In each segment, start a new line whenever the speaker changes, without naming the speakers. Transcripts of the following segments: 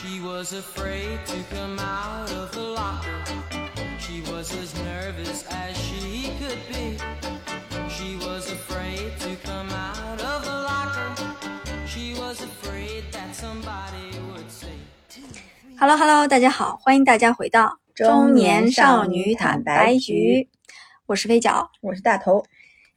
She was afraid to come out of the locker. She was as nervous as she could be. She was afraid to come out of the locker. She was afraid that somebody would see.
Hello Hello，大家好，欢迎大家回到
中年少
女
女
坦
坦白
局
局，
我是飞脚。
我是大头，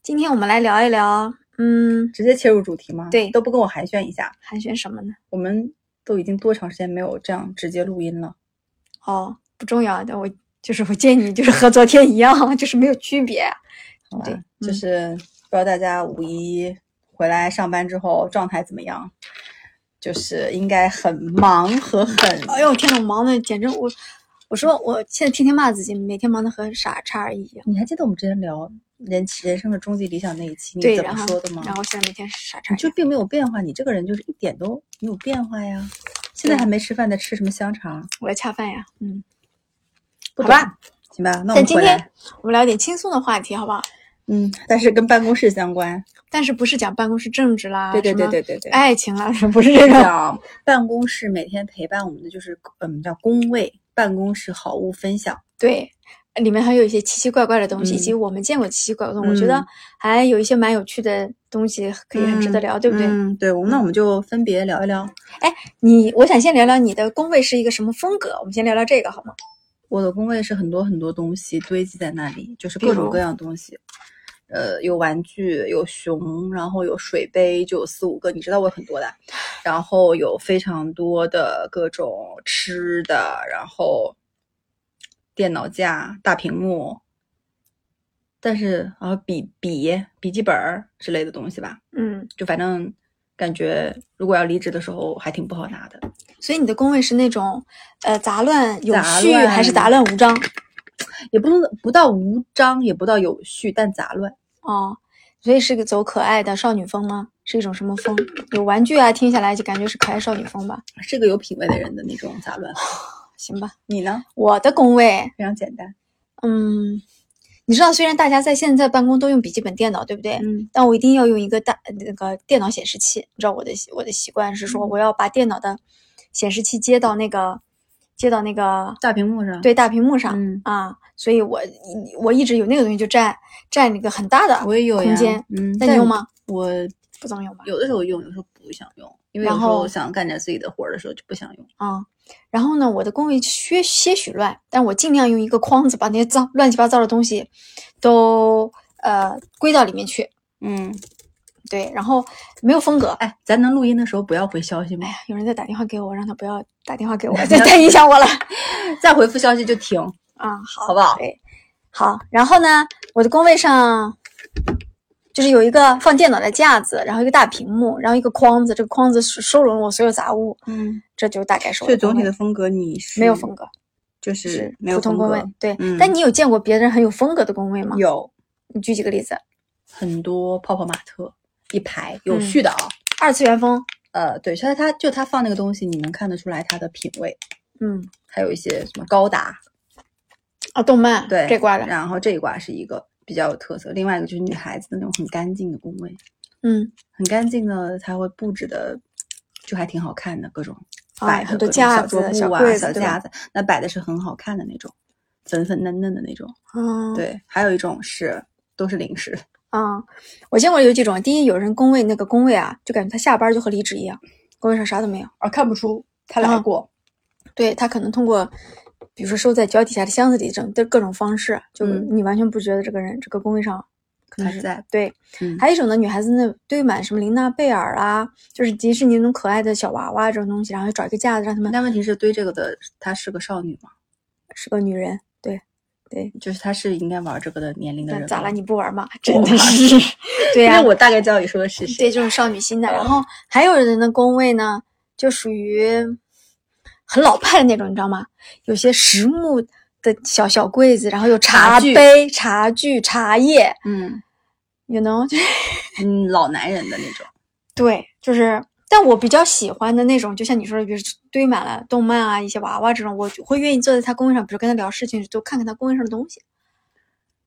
今天我们来聊一聊，嗯，
直接切入主题吗？
对
都不跟我寒暄一下，
寒暄什么呢？
我们都已经多长时间没有这样直接录音了？
哦，不重要的，我就是我建议你，就是和昨天一样， 就是没有区别。
好吧
对，嗯
就是不知道大家五一回来上班之后状态怎么样？就是应该很忙 和很
哎呦天呐，我忙的简直我，我说我现在天天骂自己，每天忙的和傻叉一样。
你还记得我们之前聊人人生的终极理想那一期，
对，
你怎
然
么
后
说的吗？
然后现在每天傻叉
你
一样
就。并没有变化，你这个人就是一点都没有变化呀。现在还没吃饭在吃什么香肠？
我要恰饭呀，嗯，
不
好
懂
吧，
行吧，那
但
我们
今
回来
天，我们聊点轻松的话题，好不好？
嗯，但是跟办公室相关，
但是不是讲办公室政治啦，
对对对
什么
对对对，
爱情 啦，不是这种。
讲办公室每天陪伴我们的就是嗯叫工位，办公室好物分享。
对，里面还有一些奇奇怪怪的东西，以及我们见过奇奇怪怪的东西，我觉得
嗯
还有一些蛮有趣的东西可以很值得聊，对不对？
嗯，对，我们那我们就分别聊一聊。
你，我想先聊聊你的工位是一个什么风格，我们先聊聊这个好吗？
我的工位是很多很多东西堆积在那里，就是各
比
种
如
各样的东西。呃，有玩具，有熊，然后有水杯，就有四五个，你知道我很多的。然后有非常多的各种吃的，然后电脑架、大屏幕，但是啊，笔笔、笔记本儿之类的东西吧，
嗯，
就反正感觉如果要离职的时候还挺不好拿的。
所以你的工位是那种呃杂乱有
杂
序，
乱
还是杂乱无章？
也不能不到无章，也不到有序，但杂乱。
哦，所以是个走可爱的少女风吗？是一种什么风？有玩具啊，听下来就感觉是可爱少女风吧？
是个有品味的人的那种杂乱。
行吧，
你呢？
我的工位，
非常简单。
嗯，你知道，虽然大家在现在办公都用笔记本电脑，对不对？
嗯
但我一定要用一个大那个电脑显示器。你知道我的习我的习惯是说，
嗯
我要把电脑的显示器接到那个接到那个
大屏幕上。，
对大屏幕上、
嗯
啊，所以我一我一直有那个东西就占占那个很大的
我也有呀
空间。
嗯，
那你用？吗？
我
不怎么用吧？
有的时候用，有时候不想用，因为有
然
时
后
候想干点自己的活儿的时候就不想用。
啊、然后呢，我的工位些些许乱，但我尽量用一个框子把那些脏乱七八糟的东西都呃归到里面去。
嗯，
对，然后没有风格，
哎，咱能录音的时候不要回消息吗，
哎？呀，有人在打电话给我，让他不要打电话给我 这太影响我了。
再回复消息就停，
啊、好，
好不好
对，好。然后呢，我的工位上就是有一个放电脑的架子，然后一个大屏幕，然后一个框子，这个框子收收容了我所有杂物，
嗯，
这就大概是我
所
的
以总
工
体
位
的风格你是
没有风，格，
就是没有
普通工
风格
位。对，
嗯
但你有见过别人很有风格的工位吗？，
有
你举几个例子。
很多泡泡玛特一排有
嗯
序的啊、
二次元风，
呃，对，它它就它放那个东西，你能看得出来它的品味，
嗯，
还有一些什么高达，
啊，动漫
对
这挂的，
然后这一挂是一个比较有特色，另外一个就是女孩子的那种很干净的工位，
嗯，
很干净的，它会布置的就还挺好看的，各种
啊
摆的
很多
各种
架
小桌
子
布
小
啊、
柜子
小
对吧
架子，那摆的是很好看的那种，粉粉嫩嫩的那种。
嗯，
对，还有一种是都是零食，
啊、我见过有几种，第一，有人工位那个工位啊，就感觉他下班就和离职一样，工位上啥都没有。
啊，看不出他
来
过，
对他可能通过，比如说收在脚底下的箱子里整的各种方式，啊就
嗯
你完全不觉得这个人这个工位上可能
还
是
在
对。
嗯
还有一种呢，女孩子那堆满什么琳娜贝尔啊，就是迪士尼那种可爱的小娃娃这种东西，然后找一个架子让他们
但问题是堆这个的，她是个少女嘛，
是个女人，对对。
就是她是应该玩这个的年龄的
那
人。
咋了？？你不玩吗？
我
真的
玩
是，对
因
呀、
为我大概知道你说的是谁。
对，这种少女心的。然后还有人的工位呢，就属于很老派的那种，你知道吗？有些实木的小小柜子，然后有茶
茶具
杯、茶具、茶叶
嗯
，you know，就是
嗯，老男人的那种。
对，就是。但我比较喜欢的那种，就像你说的，比如堆满了动漫啊、一些娃娃这种，我就会愿意坐在他工位上，比如跟他聊事情，就看看他工位上的东西。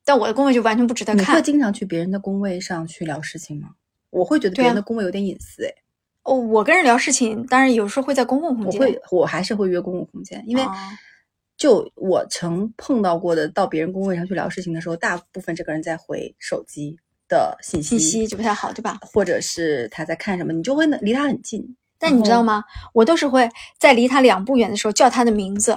但我的工位就完全不值得
你会
看。
经常去别人的工位上去聊事情吗？我会觉得别
对啊
人的工位有点隐私，哎、
哦，我跟人聊事情，当然有时候会在公共空
我
间。
会，我还是会约公共空间，因为
啊
就我曾碰到过的，到别人工位上去聊事情的时候，大部分这个人在回手机的信息，
信息就不太好，对吧？
或者是他在看什么，你就会能离他很近。
但你知道
嗯
吗？我都是会在离他两步远的时候叫他的名字，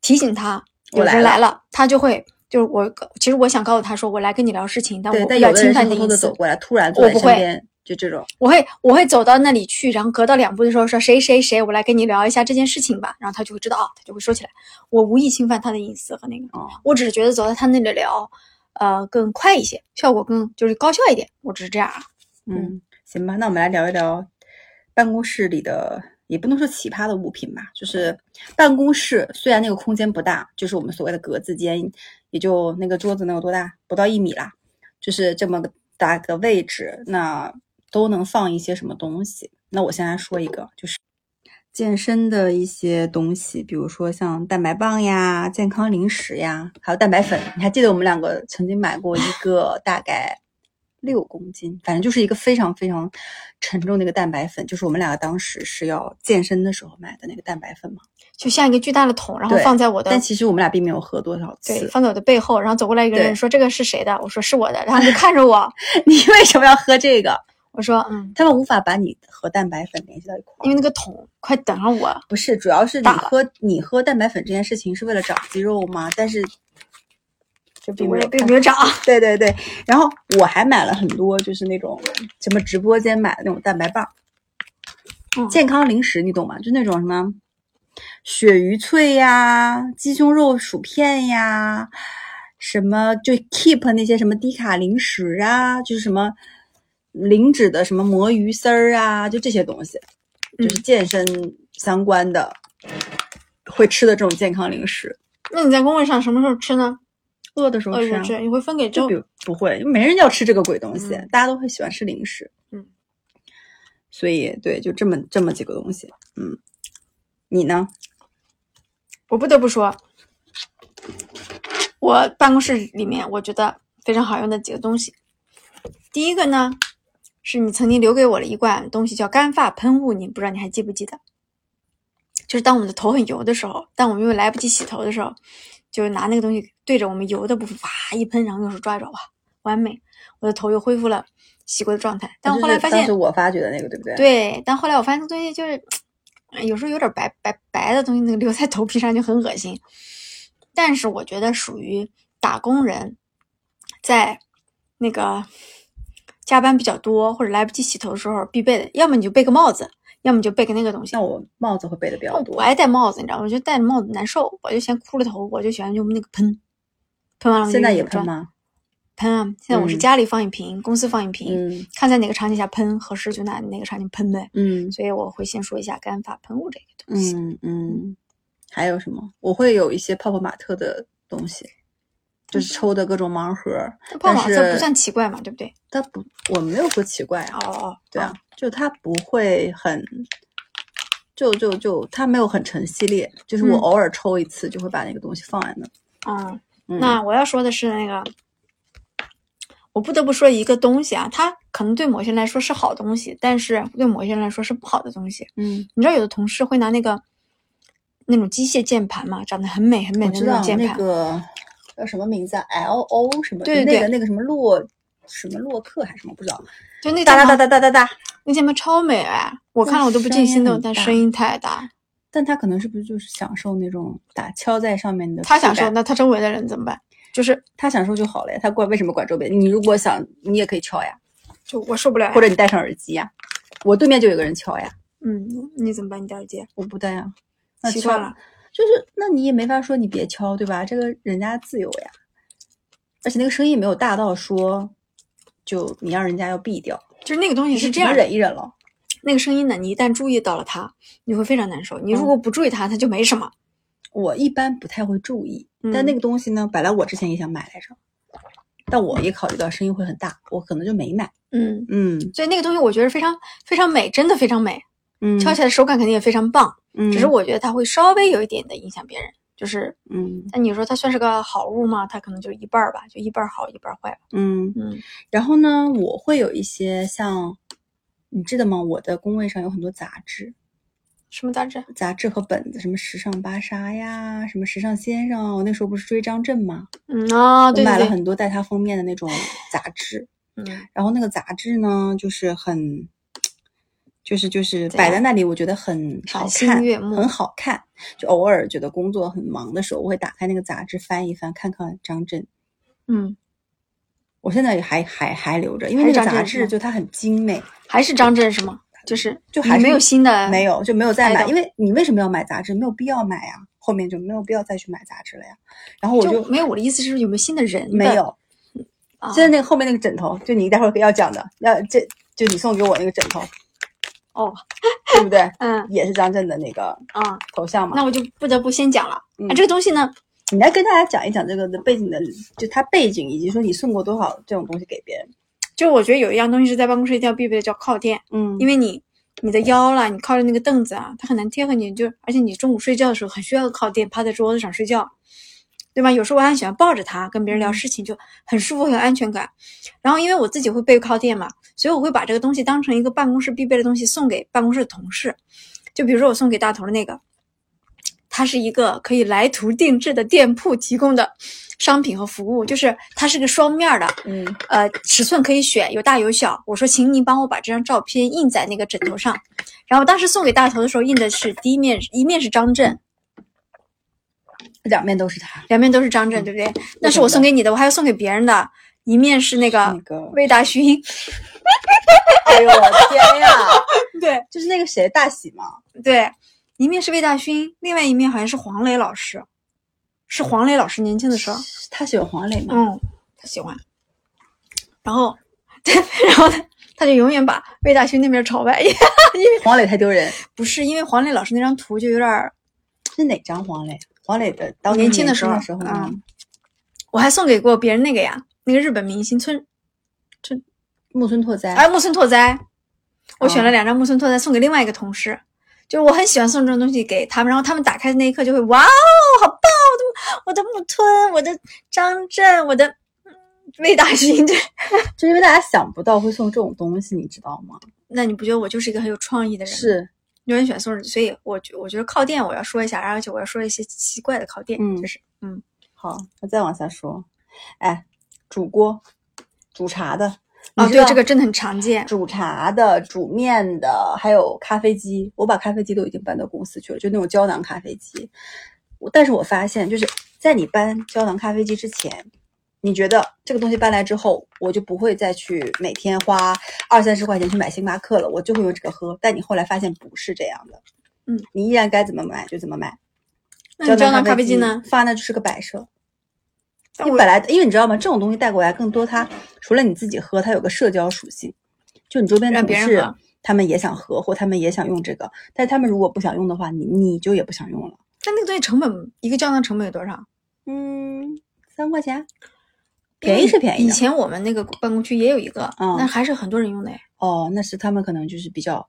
提醒他
我
有
来
人
了
来了，他就会就是我其实我想告诉他说我来跟你聊事情，但
对
我，不
但有
要
的人
侵
是
犯你
偷偷
隐
的
私
走。过来，突然坐
我
在
不
身
会
边，就这种。
我会我会走到那里去，然后隔到两步的时候说谁谁谁，我来跟你聊一下这件事情吧，然后他就会知道啊，他就会说起来，我无意侵犯他的隐私和那个，
哦
我只是觉得走到他那里聊，呃，更快一些，效果更就是高效一点，我只是这样啊。嗯
嗯，行吧，那我们来聊一聊办公室里的，也不能说奇葩的物品吧，就是办公室虽然那个空间不大，就是我们所谓的格子间，也就那个桌子能有多大，不到一米啦，就是这么个大个位置，那都能放一些什么东西？那我先来说一个，就是健身的一些东西，比如说像蛋白棒呀、健康零食呀，还有蛋白粉。你还记得我们两个曾经买过一个大概六公斤，反正就是一个非常非常沉重的一个蛋白粉，就是我们两个当时是要健身的时候买的那个蛋白粉嘛。
就像一个巨大的桶，然后
对
放在我的
但其实我们俩并没有喝多少
对，
次。
放在我的背后，然后走过来一个
对
人说：“这个是谁的？”我说：“是我的。”然后他就看着我，
你为什么要喝这个？
我说：“嗯，
他们无法把你和蛋白粉联系到一块儿
因。为那个桶快等上我。
不是，主要是你
大了
喝你喝蛋白粉这件事情是为了长肌肉吗？但是就”并
我
没
也
有
并没有长，
对对对，然后我还买了很多，就是那种什么直播间买的那种蛋白棒，
嗯
健康零食，你懂吗？就那种什么鳕鱼脆呀、鸡胸肉薯片呀，什么就 Keep 那些什么低卡零食啊，就是什么零脂的什么魔芋丝儿啊，就这些东西，就是健身相关的、会吃的这种健康零食。
那你在工位上什么时候吃呢？
饿的时候
饿
吃、
着
啊，
吃，你会分给
就
周
比如不会，因为没人要吃这个鬼东西，
嗯
大家都会喜欢吃零食。
嗯，
所以对，就这么这么几个东西。嗯，你呢？
我不得不说，我办公室里面我觉得非常好用的几个东西，第一个呢是你曾经留给我的一罐东西，叫干发喷雾，你不知道你还记不记得？就是当我们的头很油的时候，但我们又来不及洗头的时候，就拿那个东西对着我们油的部分，啪一喷，然后用手抓一抓，哇，完美！我的头又恢复了洗过的状态。但
就是
后来发
当
现
时，我发觉的那个，对不对？，
对，但后来我发现这东西就是，哎有时候有点白白白的东西，那个留在头皮上就很恶心。但是我觉得属于打工人，在那个加班比较多或者来不及洗头的时候必备的，要么你就备个帽子，要么你就备个那个东西。
那我帽子会备的比较
哦我不
多。
爱戴帽子，你知道吗？我觉得戴着帽子难受，我就嫌秃了头，我就喜欢用那个喷，喷完了我就
现在
用
也
手
喷
抓？
吗？
喷啊！现在我是
嗯
家里放一瓶，公司放一瓶，
嗯
看在哪个场景下喷合适就拿哪个场景喷呗。
嗯
所以我会先说一下干发喷雾这个东西。
嗯嗯，还有什么？我会有一些泡泡玛特的东西，
嗯
就是抽的各种盲盒。
那泡玛
嗯但
特
是
不算奇怪嘛，对不对？
它不，我没有说奇怪啊
哦。哦，
对啊
哦，，
就它不会很，就就就它没有很成系列，就是我
嗯
偶尔抽一次就会把那个东西放在那。
嗯，
嗯，
那我要说的是那个，我不得不说一个东西啊，它可能对某些人来说是好东西，但是对某些人来说是不好的东西。
嗯，
你知道有的同事会拿那个那种机械键盘嘛，长得很美很美
我
的
知
那
道
种键
那
盘，
个叫什么名字啊，L O 什么，
对对
那个那个什么洛什么洛克还是什么不知道，
就那
哒
键
哒哒
盘
哒哒哒哒，
那键盘超美哎，我看了我都不
声
禁
音
心动，
很
但
大
声音太大。
但他可能是不是就是享受那种打敲在上面的触
他
感？
想说，那他周围的人怎么办？就是
他享受就好了呀，他管为什么管周边？你如果想，你也可以敲呀，
就我受不了呀，
或者你戴上耳机呀。我对面就有个人敲呀，
嗯，你怎么办？你戴耳机，
我不戴呀，那
习
敲
惯了。
就是那你也没法说你别敲，对吧？这个人家自由呀，而且那个声音也没有大到说，就你让人家要避掉，
就是那个东西是
就只
这样
能
的，
忍一忍了。
那个声音呢，你一旦注意到了它，你会非常难受。你如
嗯
果不注意它，它就没什么。
我一般不太会注意，但那
嗯
个东西呢，本来我之前也想买来着，但我也考虑到声音会很大，我可能就没买。
嗯，
嗯
所以那个东西我觉得非常非常美，真的非常美，
嗯，
敲起来的手感肯定也非常棒。
嗯，
只是我觉得它会稍微有一点的影响别人，就是，
嗯
但你说它算是个好物吗？它可能就一半儿吧，就一半儿好，一半儿坏吧。
嗯，
嗯
然后呢，我会有一些像你记得吗？我的工位上有很多杂志，
什么杂志？
杂志和本子，什么《时尚芭莎》呀，什么《时尚先生》啊。我那时候不是追张震吗？
嗯啊，对
我买了
对对，
很多带他封面的那种杂志，
嗯，
然后那个杂志呢，就是很，就是就是
怎
摆
样
在那里，我觉得很
赏
好
心
看，
悦目
很好看。就偶尔觉得工作很忙的时候，我会打开那个杂志翻一翻，看看张震。
嗯，
我现在也还还还留着，因为
还
那
是
个
张
杂
震是
志
吗
就它很精美，
还是张震是吗？就是
就
你
还是
没有新的，
没有就没有再
哎拍
买，
的
因为你为什么要买杂志？没有必要买呀，后面就没有必要再去买杂志了呀。然后我
就
就
没有。我的意思是有没有新的人的？
没有，
啊，
现在那个后面那个枕头，就你待会儿要讲的，要这就你送给我那个枕 头，
哦，
对不对？
嗯
也是张震的那个
啊，
头像嘛。
那我就不得不先讲了。
嗯
啊，这个东西呢，
你来跟大家讲一讲这个的背景的，就它背景，以及说你送过多少这种东西给别人。
就是我觉得有一样东西是在办公室一定要必备的，叫靠垫。
嗯
因为你你的腰啦，你靠着那个凳子啊，它很难贴合你，就而且你中午睡觉的时候很需要靠垫，趴在桌子上睡觉，对吧？有时候我还喜欢抱着它跟别人聊事情，就很舒服，很有安全感。然后因为我自己会背靠垫嘛，所以我会把这个东西当成一个办公室必备的东西送给办公室的同事。就比如说我送给大头的那个，它是一个可以来图定制的店铺提供的商品和服务，就是它是个双面儿的，
嗯
呃，尺寸可以选，有大有小。我说，请你帮我把这张照片印在那个枕头上。然后当时送给大头的时候，印的是第一面，一面是张震，
两面都是它。
两面都是张震，对不对？那是我送给你的，我还要送给别人的，一面是那
那
个
个，
魏大勋，
哎呦我的天呀！
对
就是那个谁大喜嘛，
对，一面是魏大勋，另外一面好像是黄磊老师，是黄磊老师年轻的时候，
他喜欢黄磊嘛。
嗯，他喜欢。然后，对， 然后他他就永远把魏大勋那面朝外，
黄磊太丢人，
不是因为黄磊老师那张图就有点儿。
是哪张黄磊？黄磊的当
年
轻
轻
的
的时候
时候吗？
嗯我还送给过别人那个呀，那个日本明星村，
木村拓哉。
哎，木村拓哉，我选了
哦
两张木村拓哉送给另外一个同事，就是我很喜欢送这种东西给他们，然后他们打开的那一刻就会哇哦，好棒！我的我的木村，我的张震，我的嗯魏大勋，这
就是因为大家想不到会送这种东西，你知道吗？
那你不觉得我就是一个很有创意的人吗？
是，
有人喜欢送人，所以我觉我觉得靠垫我要说一下，而且我要说一些奇怪的靠垫，
嗯
就是嗯，
好，那再往下说。哎，煮锅、煮茶的，
哦，
你知
对，
道
这个真的很常见，
煮茶的、煮面的，还有咖啡机，我把咖啡机都已经搬到公司去了，就那种胶囊咖啡机。我但是我发现，就是在你搬胶囊咖啡机之前，你觉得这个东西搬来之后，我就不会再去每天花二三十块钱去买星巴克了，我就会用这个喝。但你后来发现不是这样的，
嗯，
你依然该怎么买就怎么买。
那你胶囊咖啡机呢？？
放那就是个摆设。
但
你
我
本来因为你知道吗？这种东西带过来更多它，除了你自己喝，它有个社交属性，就你周边
让
同
别人
事
喝
他们也想喝，或他们也想用这个，但是他们如果不想用的话，你你就也不想用了。
但那个东西成本一个胶囊成本有多少？
嗯，三块钱，
因为
便宜是便宜
以
的。
前我们那个办公区也有一个，
嗯
但还是很多人用的哎，
哦，那是他们可能就是比较，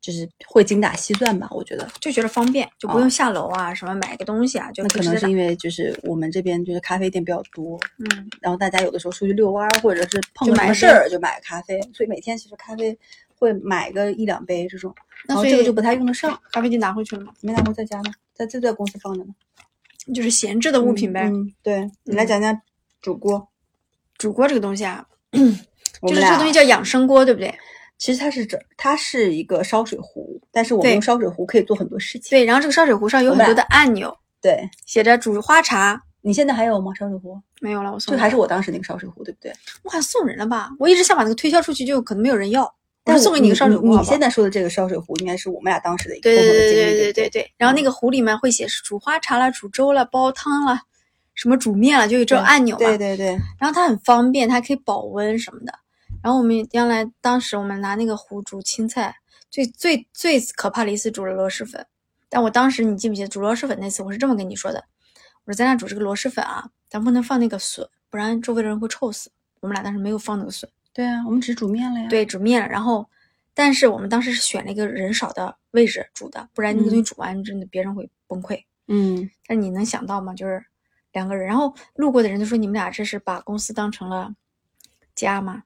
就是会精打细算吧，我觉得。
就觉得方便，就不用下楼啊，什么买个东西啊，就
嗯那可
直
能
接
是
打
因为就是我们这边就是咖啡店比较多，
嗯，
然后大家有的时候出去遛弯儿，或者是碰
就
个什
买
么
一
事
杯
儿就买咖啡，所以每天其实咖啡会买个一两杯这种，
那
然后
所
这个
以
就不太用得上，
咖啡机拿回去了吗？
没拿过在家呢，在就在公司放着呢。
就是闲置的物品呗。
嗯，嗯对你来
嗯
讲讲煮锅，
煮锅这个东西啊，
我
就是这
们
个
俩
东西叫养生锅，对不对？
其实它是这，它是一个烧水壶，但是我们
对
用烧水壶可以做很多事情。
对，然后这个烧水壶上有
我
很
们
多的
俩
按钮，
对，
写着煮花茶，
你现在还有吗？烧水壶？
没有了，我送
就还
人
是我当时那个烧水壶，对不对？
了我好像送人了吧？我一直想把那个推销出去，就可能没有人要，我
但
就送给
你
你个烧水壶
你
好不好
现在说的这个烧水壶，应该是我们俩当时的一个
对
共
对
同的
对
经历，
对
对
对
不
对对。然后
嗯
那个壶里面会写是煮花茶啦、煮粥啦、煲汤啦、什么煮面啦，就有这种按钮嘛。
对对对，
然后它很方便，它可以保温什么的。然后我们原来当时我们拿那个壶煮青菜，最最最可怕的一次煮了螺蛳粉。但我当时你记不记得煮螺蛳粉那次，我是这么跟你说的，我说咱俩煮这个螺蛳粉啊，咱不能放那个笋，不然周围的人会臭死。我们俩当时没有放那个笋，
对啊，我们只煮面了呀。
对，煮面了。然后，但是我们当时是选了一个人少的位置煮的，不然那个
嗯
东西煮完真的别人会崩溃。
嗯，
但是你能想到吗？就是两个人，然后路过的人就说你们俩这是把公司当成了家吗？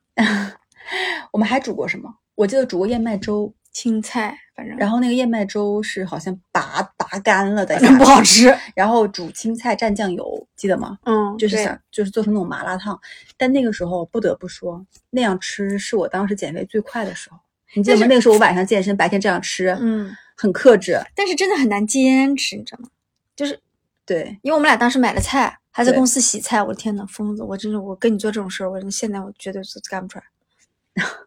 我们还煮过什么？我记得煮过燕麦粥，
青菜，反正
然后那个燕麦粥是好像拔拔干 了再
反正
下
不好 吃。
然后煮青菜蘸酱油，记得吗？
嗯，
就是
对
想就是做成那种麻辣烫，但那个时候不得不说，那样吃是我当时减肥最快的时候。你记得
但
吗？
是
那个时候我晚上健身，白天这样吃，
嗯，
很克制。
但是真的很难坚持，你知道吗？就是
对，
因为我们俩当时买了菜，还在
对
公司洗菜，我的天呐，疯子！我真是我跟你做这种事儿，我真现在我绝对是干不出 来。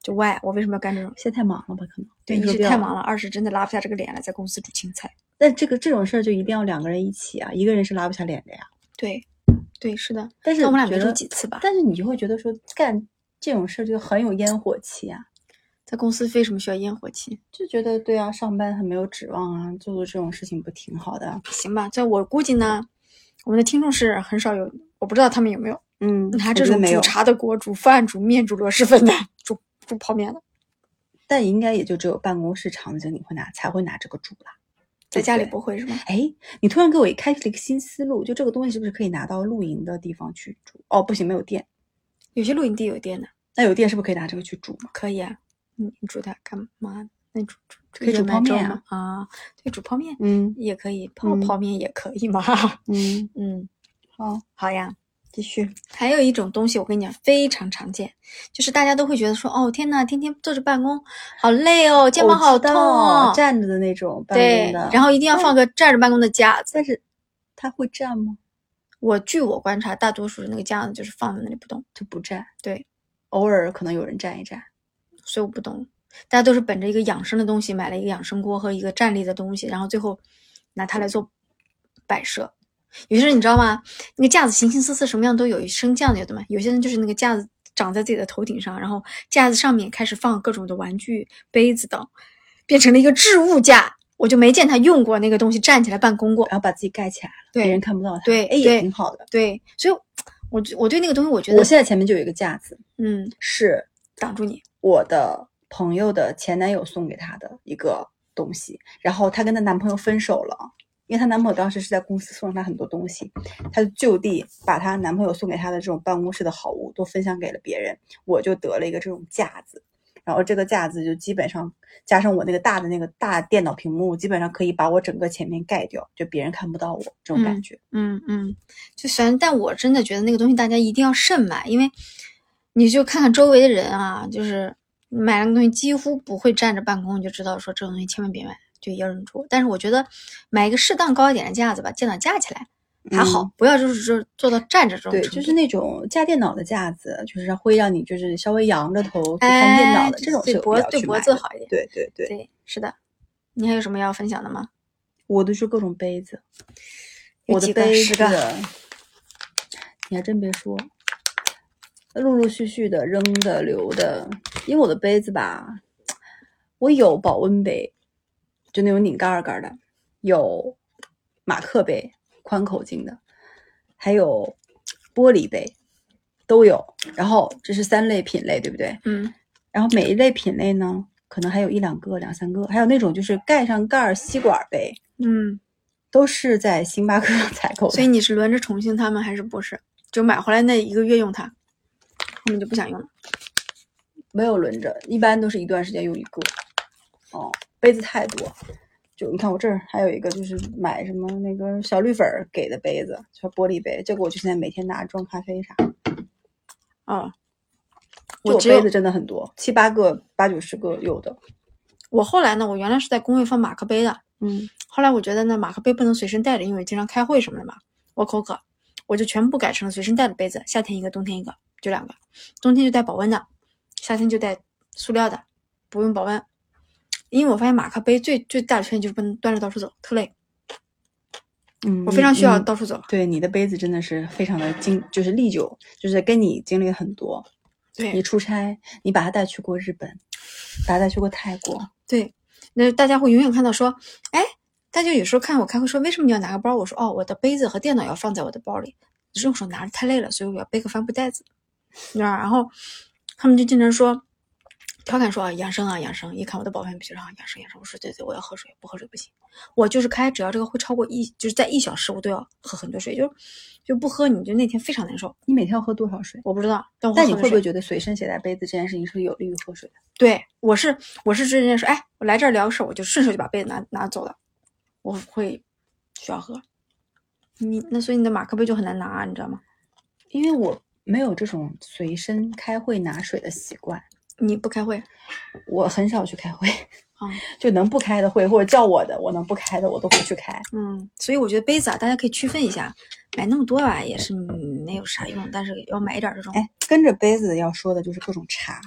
就 why 我为什么要干这种？
现在太忙了吧？可能
对，
没
一
有
是
必要
太忙了，二是真的拉不下这个脸来，在公司煮青菜。
但这个这种事儿就一定要两个人一起啊，一个人是拉不下脸的呀。
对，对，是的。
但是
但我们俩
觉
没住
得
几次吧？
但是你就会觉得说干这种事儿就很有烟火气啊，
在公司为什么需要烟火气？
就觉得对啊，上班很没有指望啊，做做这种事情不挺好的啊？
行吧，在我估计呢，我们的听众是很少有，我不知道他们有没有
嗯
拿
我
这
觉得
种
没
煮
有，
茶的锅、煮饭、煮面、煮螺蛳粉的、煮煮泡面的，
但应该也就只有办公室场景你会拿才会拿这个煮啦。
在家里
对
不会是吗？
哎，你突然给我开辟了一个新思路，就这个东西是不是可以拿到露营的地方去煮？哦，不行，没有电。
有些露营地有电的，
那有电是不是可以拿这个去煮嘛？
可以啊。你你煮它干嘛？那你煮煮
可以
燕
煮
麦
泡
粥
面啊
吗啊？对，煮泡面
嗯
也可以，泡
嗯
泡面也可 以嘛。
嗯，
嗯，
好，
好呀。
继续。
还有一种东西，我跟你讲，非常常见，就是大家都会觉得说，哦天呐，天天坐着办公，好累哦，肩膀
我
好
知道
痛哦，
站着的那种办
对
公的，，
然后一定要
但
放个站着办公的架子。
但是他会站吗？
我据我观察，大多数人那个架子就是放在那里不动，
就不站。
对，
偶尔可能有人站一站。
所以我不懂。大家都是本着一个养生的东西买了一个养生锅和一个站立的东西，然后最后拿它来做摆设。有些人你知道吗？那个架子形形色色，什么样都有，有升降的有的嘛。有些人就是那个架子长在自己的头顶上，然后架子上面开始放各种的玩具、杯子等，变成了一个置物架。我就没见他用过那个东西站起来办公过。
然后把自己盖起来了，
对
别人看不到他，
对
哎，也
对
挺好的。
对，所以我就我对那个东西，我觉得
我现在前面就有一个架子，
嗯，
是
挡住你。
我的朋友的前男友送给她的一个东西，然后她跟她男朋友分手了。因为她男朋友当时是在公司送了她很多东西，她就就地把她男朋友送给她的这种办公室的好物都分享给了别人，我就得了一个这种架子，然后这个架子就基本上加上我那个大的那个大电脑屏幕，基本上可以把我整个前面盖掉，就别人看不到我这种感
嗯
觉。
嗯嗯，就虽然，但我真的觉得那个东西大家一定要慎买，因为你就看看周围的人啊，就是买那个东西几乎不会站着办公，你就知道说这种东西千万别买，就要忍住。但是我觉得买一个适当高一点的架子吧，尽量架起来还好，
嗯
不要就是就是做到站着这种
对，
程度
就是那种架电脑的架子，就是会让你就是稍微扬着头去看
哎
电脑的、这
对
种
对
是
脖
不要
对
去
脖
买
子
的
好一点
对对对，
对，是的。你还有什么要分享的吗？
我的是各种杯子，
有
我的
几个
杯
十
子
个，
你还真别说，陆陆续续的扔的留的，因为我的杯子吧，我有保温杯，就那种拧盖儿盖儿的，有马克杯，宽口径的，还有玻璃杯，都有。然后这是三类品类，对不对？
嗯，
然后每一类品类呢，可能还有一两个、两三个，还有那种就是盖上盖儿吸管儿杯，
嗯，
都是在星巴克采购
所以
的。
你是轮着宠幸他们还是不是？就买回来那一个月用它，后面就不想用了。
没有轮着，一般都是一段时间用一个。哦，杯子太多，就你看我这儿还有一个，就是买什么那个小绿粉儿给的杯子，小玻璃杯，这个我就现在每天拿装咖啡啥。
啊，
就
我
我
只有
杯子真的很多，七八个、八九十个有的。
我后来呢，我原来是在工位放马克杯的，
嗯，
后来我觉得呢，马克杯不能随身带着，因为经常开会什么的嘛，我口渴，我就全部改成了随身带的杯子，夏天一个，冬天一个，就两个，冬天就带保温的，夏天就带塑料的，不用保温，因为我发现马克杯最最大的缺点就是不能端着到处走，特累，
嗯
我非常需要
嗯
到处走。
对你的杯子真的是非常的经，就是历久，就是跟你经历很多。你
对
出差，你把它带去过日本，把它带去过泰国，
对，那大家会永远看到说，哎，大家有时候看我开会说，为什么你要拿个包？我说哦，我的杯子和电脑要放在我的包里，用手拿着太累了，所以我要背个帆布袋子。你知道吧，然后他们就经常说，调侃说啊养生啊养生，一看我的保温瓶上养生养生，我说对对，我要喝水，不喝水不行。我就是开，只要这个会超过一，就是在一小时我都要喝很多水，就就不喝你就那天非常难受。
你每天要喝多少水？
我不知道，但我
但你
哦喝
会
水
不会觉得随身携带杯子这件事情是有利于喝水的？
对，我是我是直接说，哎，我来这儿聊事儿，我就顺手就把杯子拿拿走了，我会需要喝。你那所以你的马克杯就很难拿、啊你知道吗？
因为我没有这种随身开会拿水的习惯，
你不开会
我很少去开会，
啊，
就能不开的会或者叫我的，我能不开的我都不去开。
嗯，所以我觉得杯子啊，大家可以区分一下，买那么多吧也是嗯没有啥用，但是要买一点儿这种。
哎，跟着杯子要说的就是各种茶，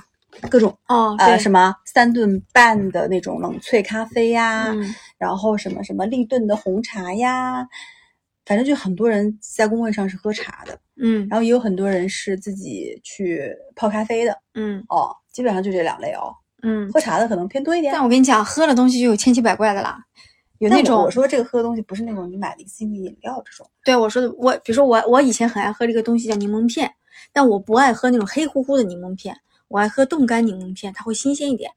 各种
哦，对，
呃什么三顿半的那种冷萃咖啡呀，
嗯，
然后什么什么立顿的红茶呀，反正就很多人在工位上是喝茶的，
嗯
然后也有很多人是自己去泡咖啡的
嗯
哦，基本上就这两类哦。
嗯。
喝茶的可能偏多一点。
但我跟你讲，喝了东西就有千奇百怪的啦，有
但
那
我
种
我说这个喝的东西不是那种你买零星的饮料这种，
对我说的，我比如说我我以前很爱喝这个东西叫柠檬片，但我不爱喝那种黑乎乎的柠檬片，我爱喝冻干柠檬片，它会新鲜一点，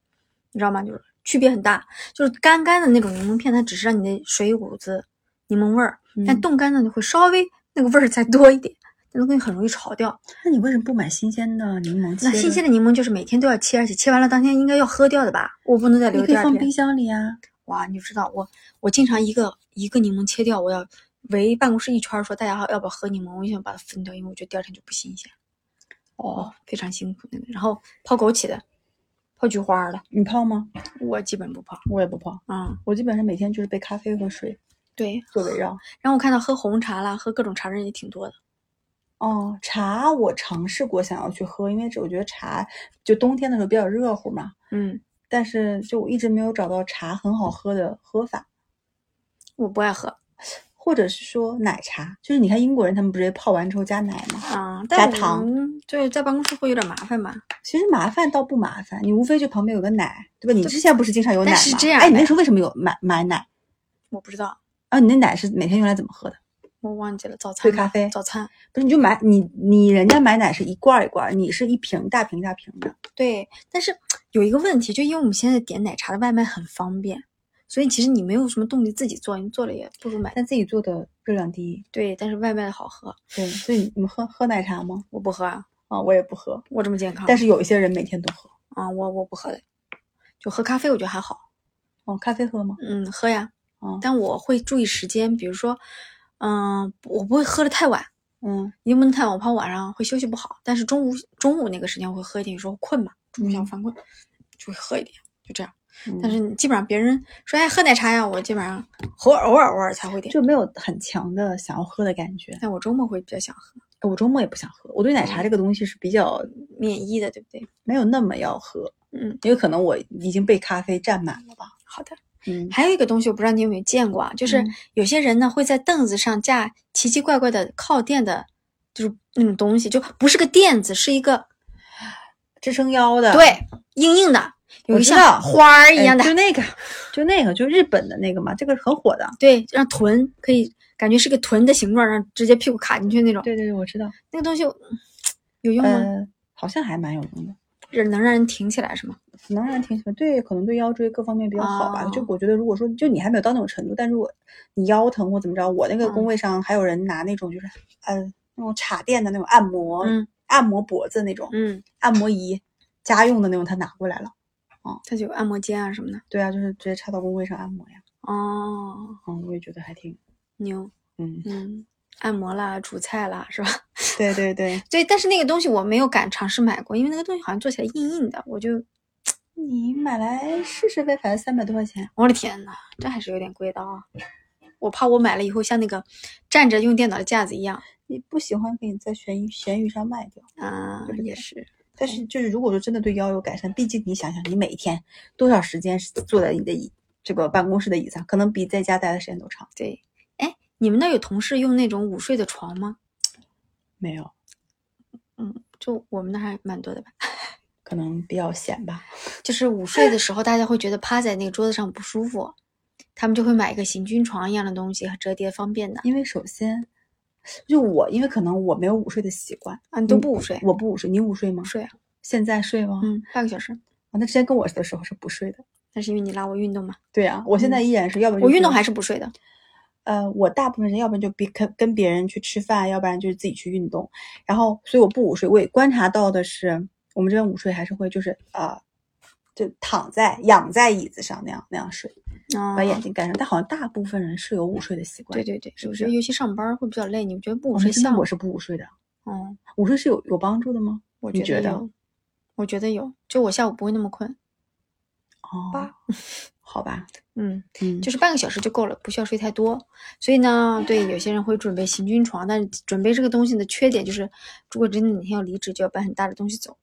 你知道吗？就是区别很大，就是干干的那种柠檬片，它只是让你的水股子柠檬味儿，但
嗯
冻干的你会稍微那个味儿再多一点，那个东西很容易炒掉。
那你为什么不买新鲜的柠檬切
那
的？
新鲜的柠檬就是每天都要切，而且切完了当天应该要喝掉的吧？我不能再留
你可
第
以
二
放
天
冰。箱里啊。
哇，你就知道我，我经常一个一个柠檬切掉，我要围办公室一圈儿说大家好要不要喝柠檬，我就想把它分掉，因为我觉得第二天就不新鲜，
哦，
非常辛苦那个。然后泡枸杞的，泡菊花的，
你泡吗？
我基本不泡。
我也不泡，
嗯，
我基本上每天就是被咖啡和水
对。
做围绕。
然后我看到喝红茶啦，喝各种茶的人也挺多的。
哦，茶我尝试过想要去喝，因为这我觉得茶就冬天的时候比较热乎嘛，
嗯，
但是就我一直没有找到茶很好喝的喝法，
我不爱喝。
或者是说奶茶，就是你看英国人他们不是泡完之后加奶吗？
嗯，
加
但我
糖
们就是在办公室会有点麻烦嘛。
其实麻烦倒不麻烦，你无非就旁边有个奶，对吧？你之前不是经常有奶
但
吗？
是这样
哎，你
的
那时候为什么有买买奶？
我不知道，
啊，你那奶是每天用来怎么喝的？
我忘记了早餐
兑
吧。
咖啡
早餐。
不是，你就买你你人家买奶是一罐儿一罐儿，你是一瓶大瓶大瓶的。
对，但是有一个问题，就因为我们现在点奶茶的外卖很方便，所以其实你没有什么动力自己做，你做了也不如买。
但自己做的热量低，
对，但是外卖的好喝，
对，所以你们喝喝奶茶吗？
我不喝啊，
啊，我也不喝，
我这么健康。
但
是
是有一些人每天都喝。
啊、我我不喝的，就喝咖啡，我觉得还好。
哦，咖啡喝吗？
嗯，喝呀，
哦，
但我会注意时间，比如说，嗯、我不会喝的太晚，
嗯，
一定不能太晚，我怕晚上会休息不好。但是中午中午那个时间我会喝一点，有时候困嘛，中午想
嗯
犯困，就会喝一点，就这样。
嗯
但是你基本上别人说哎喝奶茶呀，我基本上偶尔偶尔偶尔才会点。
就没有很强的想要喝的感觉。嗯
但我周末会比较想喝，
哎我周末也不想喝，我对奶茶这个东西是比较
免疫的，对不对？
没有那么要喝，
嗯，
因为可能我已经被咖啡占满了吧。
啊好的。
嗯，
还有一个东西，我不知道你有没有见过啊，就是
嗯
有些人呢会在凳子上架奇奇怪怪的靠垫的，就是那种东西，就不是个垫子，是一个
支撑腰的，
对硬硬的，有
我
一
知
像
道
花儿
哎，
一样的，
就那个，就那个，就日本的那个嘛，这个很火的。
对，让臀可以感觉是个臀的形状，让直接屁股卡进去那种。
对对，我知道。
那个东西嗯有用吗？
呃，好像还蛮有用的，
是能让人挺起来是吗？
能让人挺喜欢。对，可能对腰椎各方面比较好吧。
哦
就我觉得，如果说就你还没有到那种程度，但如果你腰疼或怎么着，我那个
嗯
工位上还有人拿那种就是，呃，那种插电的那种按摩，
嗯
按摩脖子那种、
嗯，
按摩仪，家用的那种，他拿过来了。
它就有按摩肩啊什么的。
对啊，就是直接插到工位上按摩呀。
哦，
嗯，我也觉得还挺，
牛，
嗯，
嗯，按摩啦，煮菜啦，是吧？
对对对。
对，但是那个东西我没有敢尝试买过，因为那个东西好像做起来硬硬的，我就，
你买来试试呗，反正三百多块钱。
我的天呐，这还是有点贵的啊！我怕我买了以后像那个站着用电脑的架子一样
你不喜欢可以在闲鱼闲鱼上卖掉。
啊
对，不
也
对
是，
但是就是如果说真的对腰有改善，毕竟你想想，你每天多少时间是坐在你的椅这个办公室的椅子上，可能比在家待的时间都长。
对。哎，你们那儿有同事用那种午睡的床吗？
没有，
嗯，就我们那儿还蛮多的吧。
可能比较闲吧。
就是午睡的时候，大家会觉得趴在那个桌子上不舒服，他们就会买一个行军床一样的东西，折叠方便的。
因为首先，就我，因为可能我没有午睡的习惯，
啊，你都不午睡？
我不午睡，你午睡吗
午？睡啊，
现在睡吗？
嗯，半个小时。
啊，那之前跟我的时候是不睡的。
但是因为你拉我运动嘛，
对呀、我现在依然是，要不然就
我运动
跟
还是不睡的。
呃，我大部分时间要不然就别跟跟别人去吃饭，要不然就是自己去运动。然后，所以我不午睡。我也观察到的是，我们这边午睡还是会就是呃，就躺在仰在椅子上那样那样睡，
啊
把眼睛盖上。但好像大部分人是有午睡的习惯。
对对对，
是不
我
是啊
觉得？尤其上班儿会比较累，你觉得不午
午
睡
睡
像？
我是不午睡的，
嗯，
午睡是有有帮助的吗？
我
你
觉
觉
得
得啊
有，我觉得有，就我下午不会那么困。
哦
吧，
好吧，
嗯，
嗯，
就是半个小时就够了，不需要睡太多。所以呢，对有些人会准备行军床，但是准备这个东西的缺点就是，如果真的哪天要离职，就要搬很大的东西走，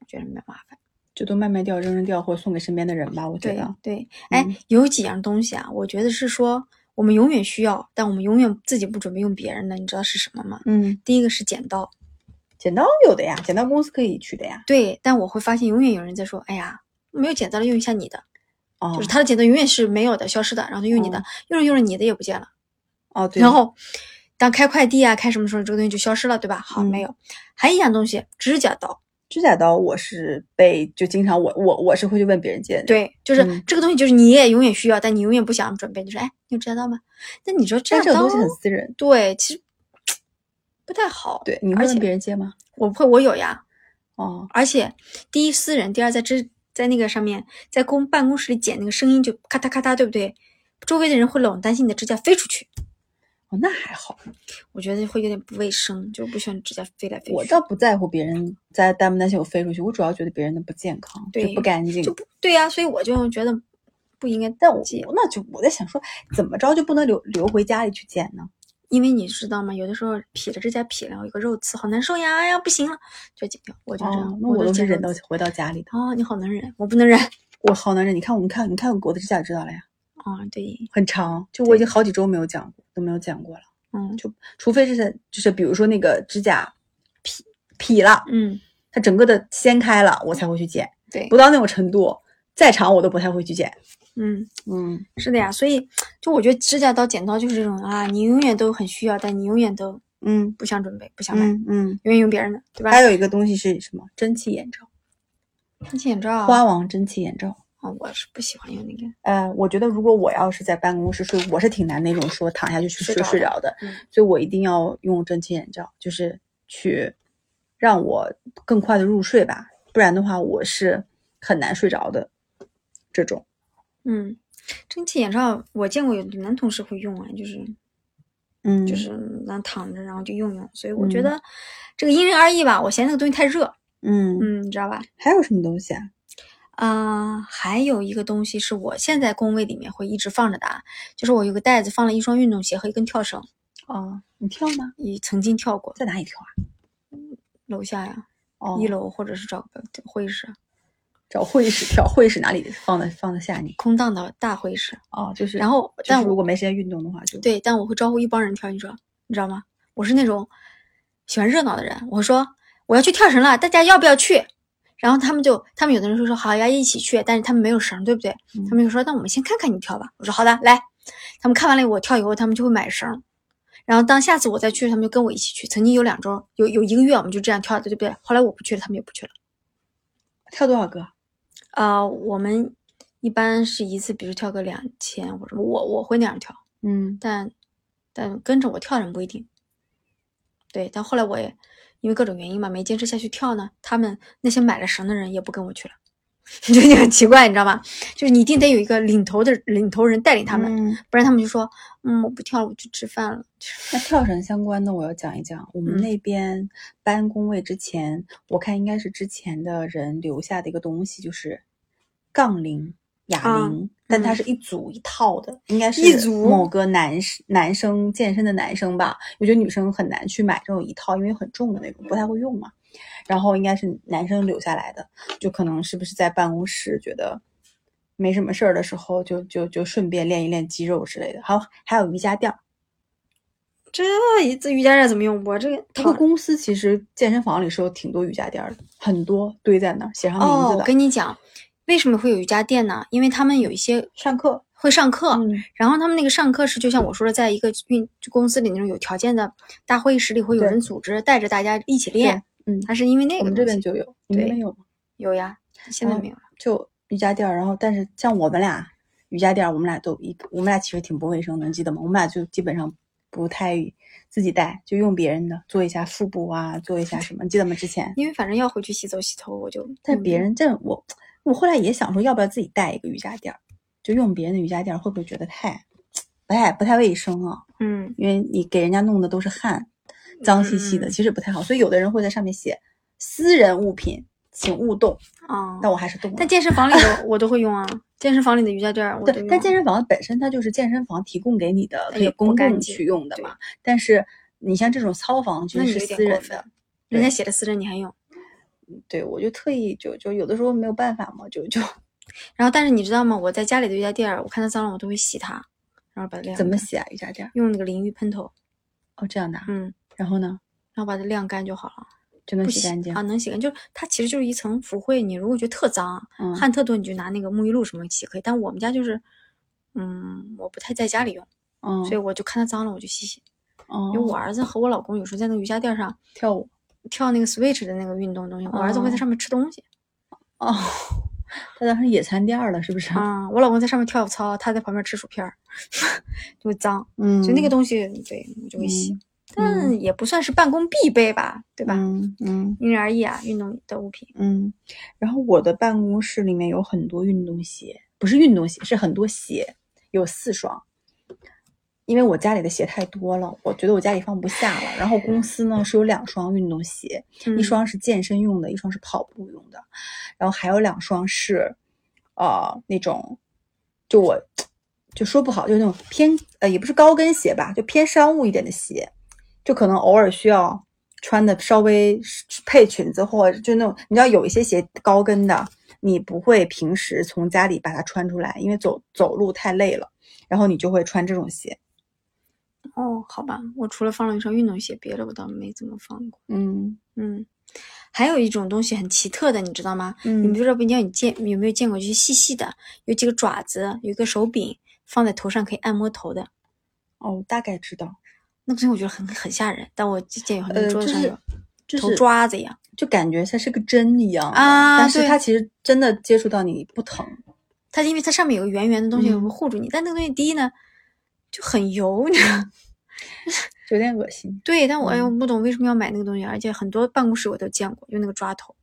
我觉得蛮麻烦。
就都卖卖掉、扔扔掉，或者送给身边的人吧。我觉
对
得，
对，哎，
嗯
有几样东西啊，我觉得是说我们永远需要，但我们永远自己不准备用别人的，你知道是什么吗？
嗯，
第一个是剪刀，
剪刀有的呀，剪刀公司可以去的呀。
对，但我会发现永远有人在说，哎呀，没有剪刀了，用一下你的，
哦
就是他的剪刀永远是没有的、消失的，然后他用你的
哦，
用着用着你的也不见了，
哦，对，
然后当开快递啊、开什么时候，这个东西就消失了，对吧？好，没
嗯
有。还有一样东西，指甲刀，
指甲刀我是被就经常我我我是会去问别人借的。，
对，就是、
嗯
这个东西，就是你也永远需要，但你永远不想准备，你说，哎，你有指甲刀吗？那你说指
但
甲
这个
刀
东西，很私人。
对，其实不太好。
对，你
而
会问
且
别人借吗？
我会，我有呀。
哦，
而且，第一私人，第二在这在那个上面，在公办公室里剪那个声音就咔嗒咔嗒，对不对？周围的人会老担心你的指甲飞出去，
哦，那还好，
我觉得会有点不卫生，就是不喜欢指甲飞来飞去。
我倒不在乎别人在担不担心我飞出去，我主要觉得别人的不健康，就
对
不干净
就。不对呀、所以我就觉得不应该
但我
借，
那就我在想说，怎么着就不能留留回家里去捡呢？
因为你知道吗？有的时候劈了指甲劈了有个肉刺，好难受呀！哎呀，不行了，就剪掉。我就这样，
哦，那我都
就是剪
忍
肉
到
刺
回到家里的，
哦，你好能忍，我不能忍。哦
我好难忍。你看，我们看，你看我的指甲就知道了呀，
啊、对，
很长，就我已经好几周没有讲过，都没有讲过了。
嗯
就除非是就是比如说那个指甲劈劈了，
嗯，
它整个的掀开了，我才会去剪。
对
不，到那种程度，再长我都不太会去剪。
嗯。
嗯，
是的呀，所以就我觉得指甲刀、剪刀就是这种啊，你永远都很需要，但你永远都
嗯
不想准备、不想买，
嗯嗯。
永远用别人的，对吧
还？有一个东西是什么？蒸汽眼罩，
那眼罩啊，
花王蒸汽眼罩。
啊我是不喜欢用那个。
呃，我觉得如果我要是在办公室睡，我是挺难那种说躺下去去
睡
睡
着
睡
了
着的，
嗯
所以我一定要用蒸汽眼罩，就是去让我更快的入睡吧，不然的话我是很难睡着的。这种
嗯，蒸汽眼罩我见过有男同事会用啊，就是
嗯
就是那躺着然后就用用，所以我觉
嗯
得这个因人而异吧。我嫌那个东西太热，
嗯，
嗯，你知道吧？
还有什么东西啊？
啊、还有一个东西是我现在工位里面会一直放着的，啊，就是我有个袋子放了一双运动鞋和一根跳绳，
哦，你跳吗？
也曾经跳过
在哪里跳啊？
楼下呀。
哦，
一楼或者是找个会议室，
找会议室跳，会议室哪里放得放得下你？
空荡的大会议室。
哦，就是
然后，
就
但
是如
我
果没时间运动的话，就
对，但我会招呼一帮人跳，你知道，你知道吗？我是那种喜欢热闹的人。我说我要去跳绳了，大家要不要去？然后他们就，他们有的人说说好呀，一起去，但是他们没有绳，对不对？
嗯
他们就说那我们先看看你跳吧。我说好的，来。他们看完了我跳以后，他们就会买绳。然后当下次我再去，他们就跟我一起去。曾经有两周，有有一个月，我们就这样跳的，对不对？后来我不去了，他们也不去了。
跳多少个？啊
呃，我们一般是一次，比如跳个两千或者我我会那样跳，
嗯，
但但跟着我跳的人不一定。对，但后来我也因为各种原因嘛，没坚持下去跳呢。他们那些买了绳的人也不跟我去了， 就你很奇怪，你知道吗？就是你一定得有一个领头的领头人带领他们，
嗯
不然他们就说，嗯，我不跳了，我去吃饭了。
那跳绳相关的，我要讲一讲。我们
嗯
那边搬工位之前，我看应该是之前的人留下的一个东西，就是杠铃、哑
啊
铃，但它
嗯
是一组一套的，应该是
一组
某个男士男生健身的男生吧。我觉得女生很难去买这种一套，因为很重的那种，不太会用嘛。然后应该是男生留下来的，就可能是不是在办公室觉得没什么事儿的时候就，就就顺便练一练肌肉之类的。还有还有瑜伽垫儿。
这这瑜伽垫怎么用？我这个
他
躺
们公司其实健身房里是有挺多瑜伽垫儿的，很多堆在那儿，写上名
哦，
字
我
的。
跟你讲，为什么会有瑜伽垫呢？因为他们有一些
上课，
会上课，
嗯
然后他哦们那个上课是，就像我说的，在一个运就公司里那种有条件的大会议室里，会有
对
人组织带着大家一起
对
练。
嗯，
它是因为那个
我们这
东
边
西
就有，你们
对
那边有吗？
有呀，现在
嗯
没有了。
就瑜伽垫儿，然后但是像我们俩瑜伽垫儿，我们俩都一，我们俩其实挺不卫生的，你记得吗？我们俩就基本上不太自己带，就用别人的做一下腹部啊，做一下什么，你记得吗？之前，
因为反正要回去洗手洗头，我就
但别
嗯
人这我，我后来也想说，要不要自己带一个瑜伽垫儿，就用别人的瑜伽垫儿，会不会觉得太不太不太卫生啊？
嗯
因为你给人家弄的都是汗，脏兮兮
嗯
的，
嗯
其实不太好。所以有的人会在上面写私人物品，请勿动。
啊，
但我还是动了。
但健身房里的我都会用啊，健身房里的瑜伽垫儿我都
对，
用。啊
但健身房本身它就是健身房提供给你的，
它
可以
也不
公
干
共
净
去用的
对
嘛。但是你像这种操房就
那你
是
有点
私
过
人
分
的，
人
对
家写的私人你还用，
对我就特意就就有的时候没有办法嘛，就 就
然后但是你知道吗？我在家里的瑜伽垫儿，我看它脏了我都会洗它，然后把它晾干。
怎么洗啊瑜伽垫儿？
用那个淋浴喷头，
哦，这样的啊。
嗯，
然后呢，
然后把它晾干就好了。
就能
不
洗干净
啊，。能洗干净，就是它其实就是一层浮灰。你如果觉得特脏，
嗯
汗特多，你就拿那个沐浴露什么洗可以。但我们家就是，嗯，我不太在家里用，
嗯，
所以我就看它脏了我就洗洗。因为
有
我儿子和我老公有时候在那个瑜伽垫上
哦跳舞
跳那个 Switch 的那个运动东西，我儿子会在
哦
上面吃 东西，
哦，他当成野餐垫儿了，是不是？
啊、我老公在上面跳操，他在旁边吃薯片儿， 就脏。
嗯，
就那个东西，对我就会洗，
嗯
但也不算是办公必备吧，对吧？
嗯嗯
因人而异啊，运动的物品。
嗯。然后我的办公室里面有很多运动鞋，不是运动鞋，是很多鞋，有四双。因为我家里的鞋太多了，我觉得我家里放不下了。然后公司呢是有两双运动鞋，
嗯
一双是健身用的，一双是跑步用的，然后还有两双是，呃，那种，就我就说不好，就那种偏呃也不是高跟鞋吧，就偏商务一点的鞋，就可能偶尔需要穿的稍微配裙子或者就那种，你知道有一些鞋高跟的，你不会平时从家里把它穿出来，因为走走路太累了，然后你就会穿这种鞋。
哦，好吧，我除了放了一双运动鞋，别的我倒没怎么放过。
嗯
嗯，还有一种东西很奇特的，你知道吗？你们
嗯
不知道不知道你见有没有见过，就是细细的，有几个爪子，有一个手柄放在头上可以按摩头的，
哦，大概知道，
那个东西我觉得很很吓人，但我就见有很多
呃，
桌
就
子上有、
是就
头
是
抓子一样，
就感觉像是个针一样的
啊
但是
对
它其实真的接触到你不疼，
它因为它上面有个圆圆的东西
嗯
会护住你，但那个东西第一呢就很油，你知道吗。
有点恶心。
对，但我又
嗯
不懂为什么要买那个东西，而且很多办公室我都见过，用那个抓头，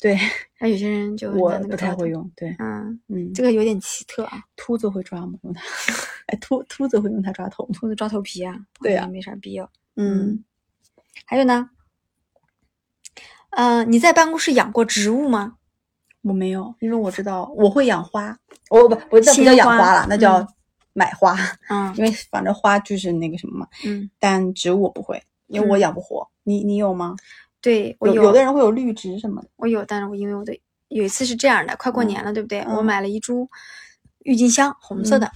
对
而有些人就
我
拿那
不
个
太
抓头
会。用，对，
嗯，
嗯，
这个有点奇特啊，
秃子会抓吗？用它？哎，秃秃子会用它抓头吗？
兔子抓头皮啊，
对
呀、
啊
没啥必要。
嗯，
还有呢，呃，你在办公室养过植物吗？
我没有，因为我知道我会养花，我不不那不
鲜
叫养
花
花了，那叫
嗯
买花，
嗯
因为反正花就是那个什么嘛。
嗯，
但植物我不会，因为我
嗯
养不活。你你有吗？
对我
有
有
有的人会有绿植什么的。
我有，但是我因为我的有一次是这样的，快过
嗯
年了，对不对？我
嗯
买了一株郁金香，红色的。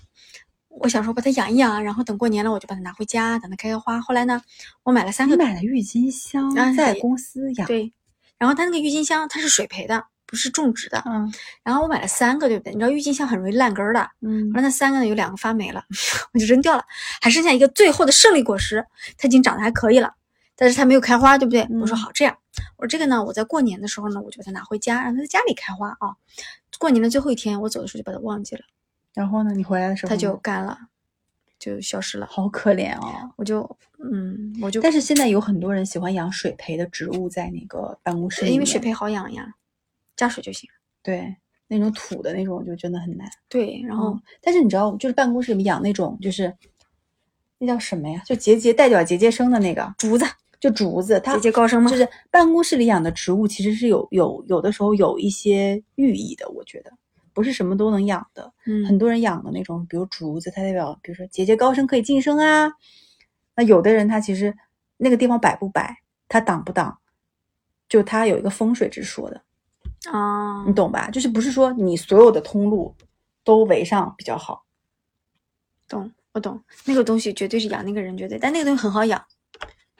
我想说把它养一养，然后等过年了我就把它拿回家，等它开开花。后来呢，我买了三
你
个，
买了郁金香
啊，
在
对
公司养，
对，然后它那个郁金香它是水培的，不是种植的。
嗯
然后我买了三个，对不对？你知道郁金香很容易烂根儿的，
嗯
后来那三个呢有两个发霉了， 我就扔掉了，还剩下一个最后的胜利果实，它已经长得还可以了，但是它没有开花，对不对？我说
嗯
好这样，我说这个呢，我在过年的时候呢，我就把它拿回家，让它在家里开花啊。过年的最后一天，我走的时候就把它忘记了，
然后呢？你回来的时候
它
呢
就干了，就消失了。
好可怜哦。
我就嗯，我就
但是现在有很多人喜欢养水培的植物在那个办公室里面，
因为水培好养呀，加水就行。
对那种土的那种就真的很难。
对，然
然
后、
后，但是你知道，就是办公室里面养那种就是那叫什么呀？就节节带脚节节生的那个
竹子
就竹子，它
节节高升嘛
就，是办公室里养的植物，其实是有有有的时候有一些寓意的，我觉得不是什么都能养的。
嗯，
很多人养的那种，比如竹子，它代表比如说节节高升可以晋升啊。那有的人他其实那个地方摆不摆，它挡不挡，就它有一个风水之说的，
啊
你，懂吧？就是不是说你所有的通路都围上比较好，
懂，我懂，那个东西绝对是养那个人绝对，但那个东西很好养，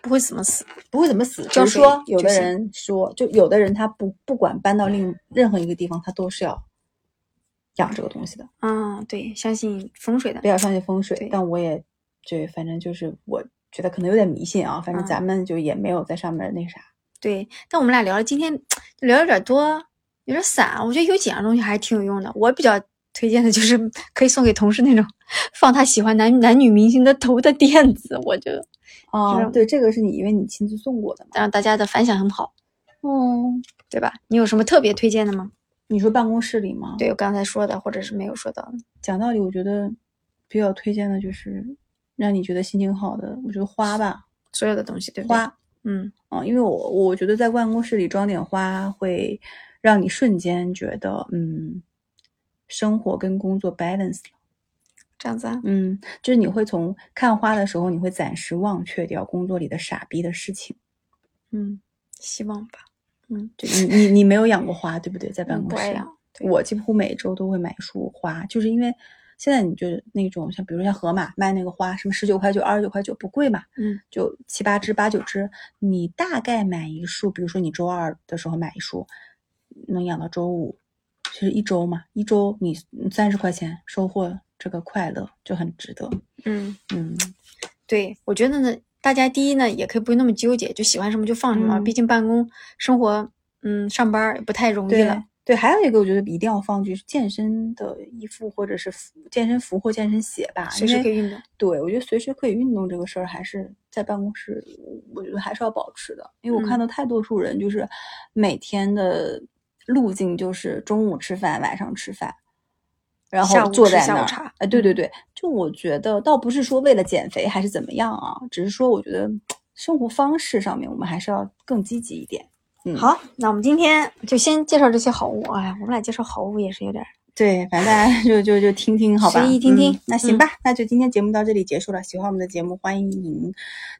不会怎么死。
不会怎么死。
浇
就是说，
水
有
就
的
行
人说，就有的人他不不管搬到另任何一个地方，他都是要养这个东西的。
啊，对，相信风水的
比。较相信风水
对，
但我也对，反正就是我觉得可能有点迷信啊。反正
嗯
咱们就也没有在上面那啥。
对，但我们俩聊了今天聊了有点多，有点散，啊我觉得有几样东西还是挺有用的。我比较推荐的就是 可以送给同事那种放他喜欢男男女明星的头的垫子，我觉得
啊
是，
对，这个是你因为你亲自送过的嘛。
让大家的反响很好，
嗯，
对吧？你有什么特别推荐的吗？
你说办公室里吗？，
对我刚才说的，或者是没有说到的，
讲道理，我觉得比较推荐的就是让你觉得心情好的，我觉得花吧，
所有的东西，对不对？
花，
嗯，
嗯，因为我我觉得在办公室里装点花，会让你瞬间觉得，嗯，生活跟工作 balance 了。
这样子啊，
嗯，就是你会从看花的时候，你会暂时忘却掉工作里的傻逼的事情。
嗯，希望吧，嗯，
就你你你没有养过花，对不对？在办
嗯
公
不
室，
爱养，对
我几乎每周都会买一束花，就是因为现在你就是那种像比如说像盒马卖那个花，什么十九块九、二十九块九，不贵嘛，
嗯，
就七八支、八九支，你大概买一束，比如说你周二的时候买一束，能养到周五，就是一周嘛，一周你三十块钱收获这个快乐就很值得。
嗯，
嗯，
对，我觉得呢，大家第一呢，也可以不用那么纠结，就喜欢什么就放什么，
嗯
毕竟办公生活，嗯，上班儿也不太容易
对
了。
对，还有一个我觉得一定要放就是健身的衣服或者是服健身服或健身鞋吧，
随
因
时
为
可以运动。
对，我觉得随时可以运动这个事儿，还是在办公室，我觉得还是要保持的。因为我看
嗯
到太多数人就是每天的路径就是中午吃饭，晚上吃饭，然
下
后
午
坐
吃
在
下午
那儿
茶。
哎，对对
嗯
对，就我觉得倒不是说为了减肥还是怎么样啊，只是说我觉得生活方式上面我们还是要更积极一点。嗯
好，那我们今天就先介绍这些好物。哎呀，我们俩介绍好物也是有点儿
对，反正大家就就就听听好吧，
随意听听
嗯那行
嗯
吧，那就今天节目到这里结束了。喜欢我们的节目，欢迎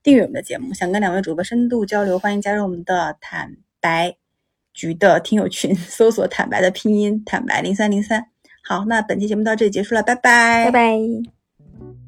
订阅我们的节目。想跟两位主播深度交流，欢迎加入我们的坦白局的听友群， 搜索“坦白”的拼音“坦白零三零三”。好，那本期节目到这里结束了，拜拜，
拜拜。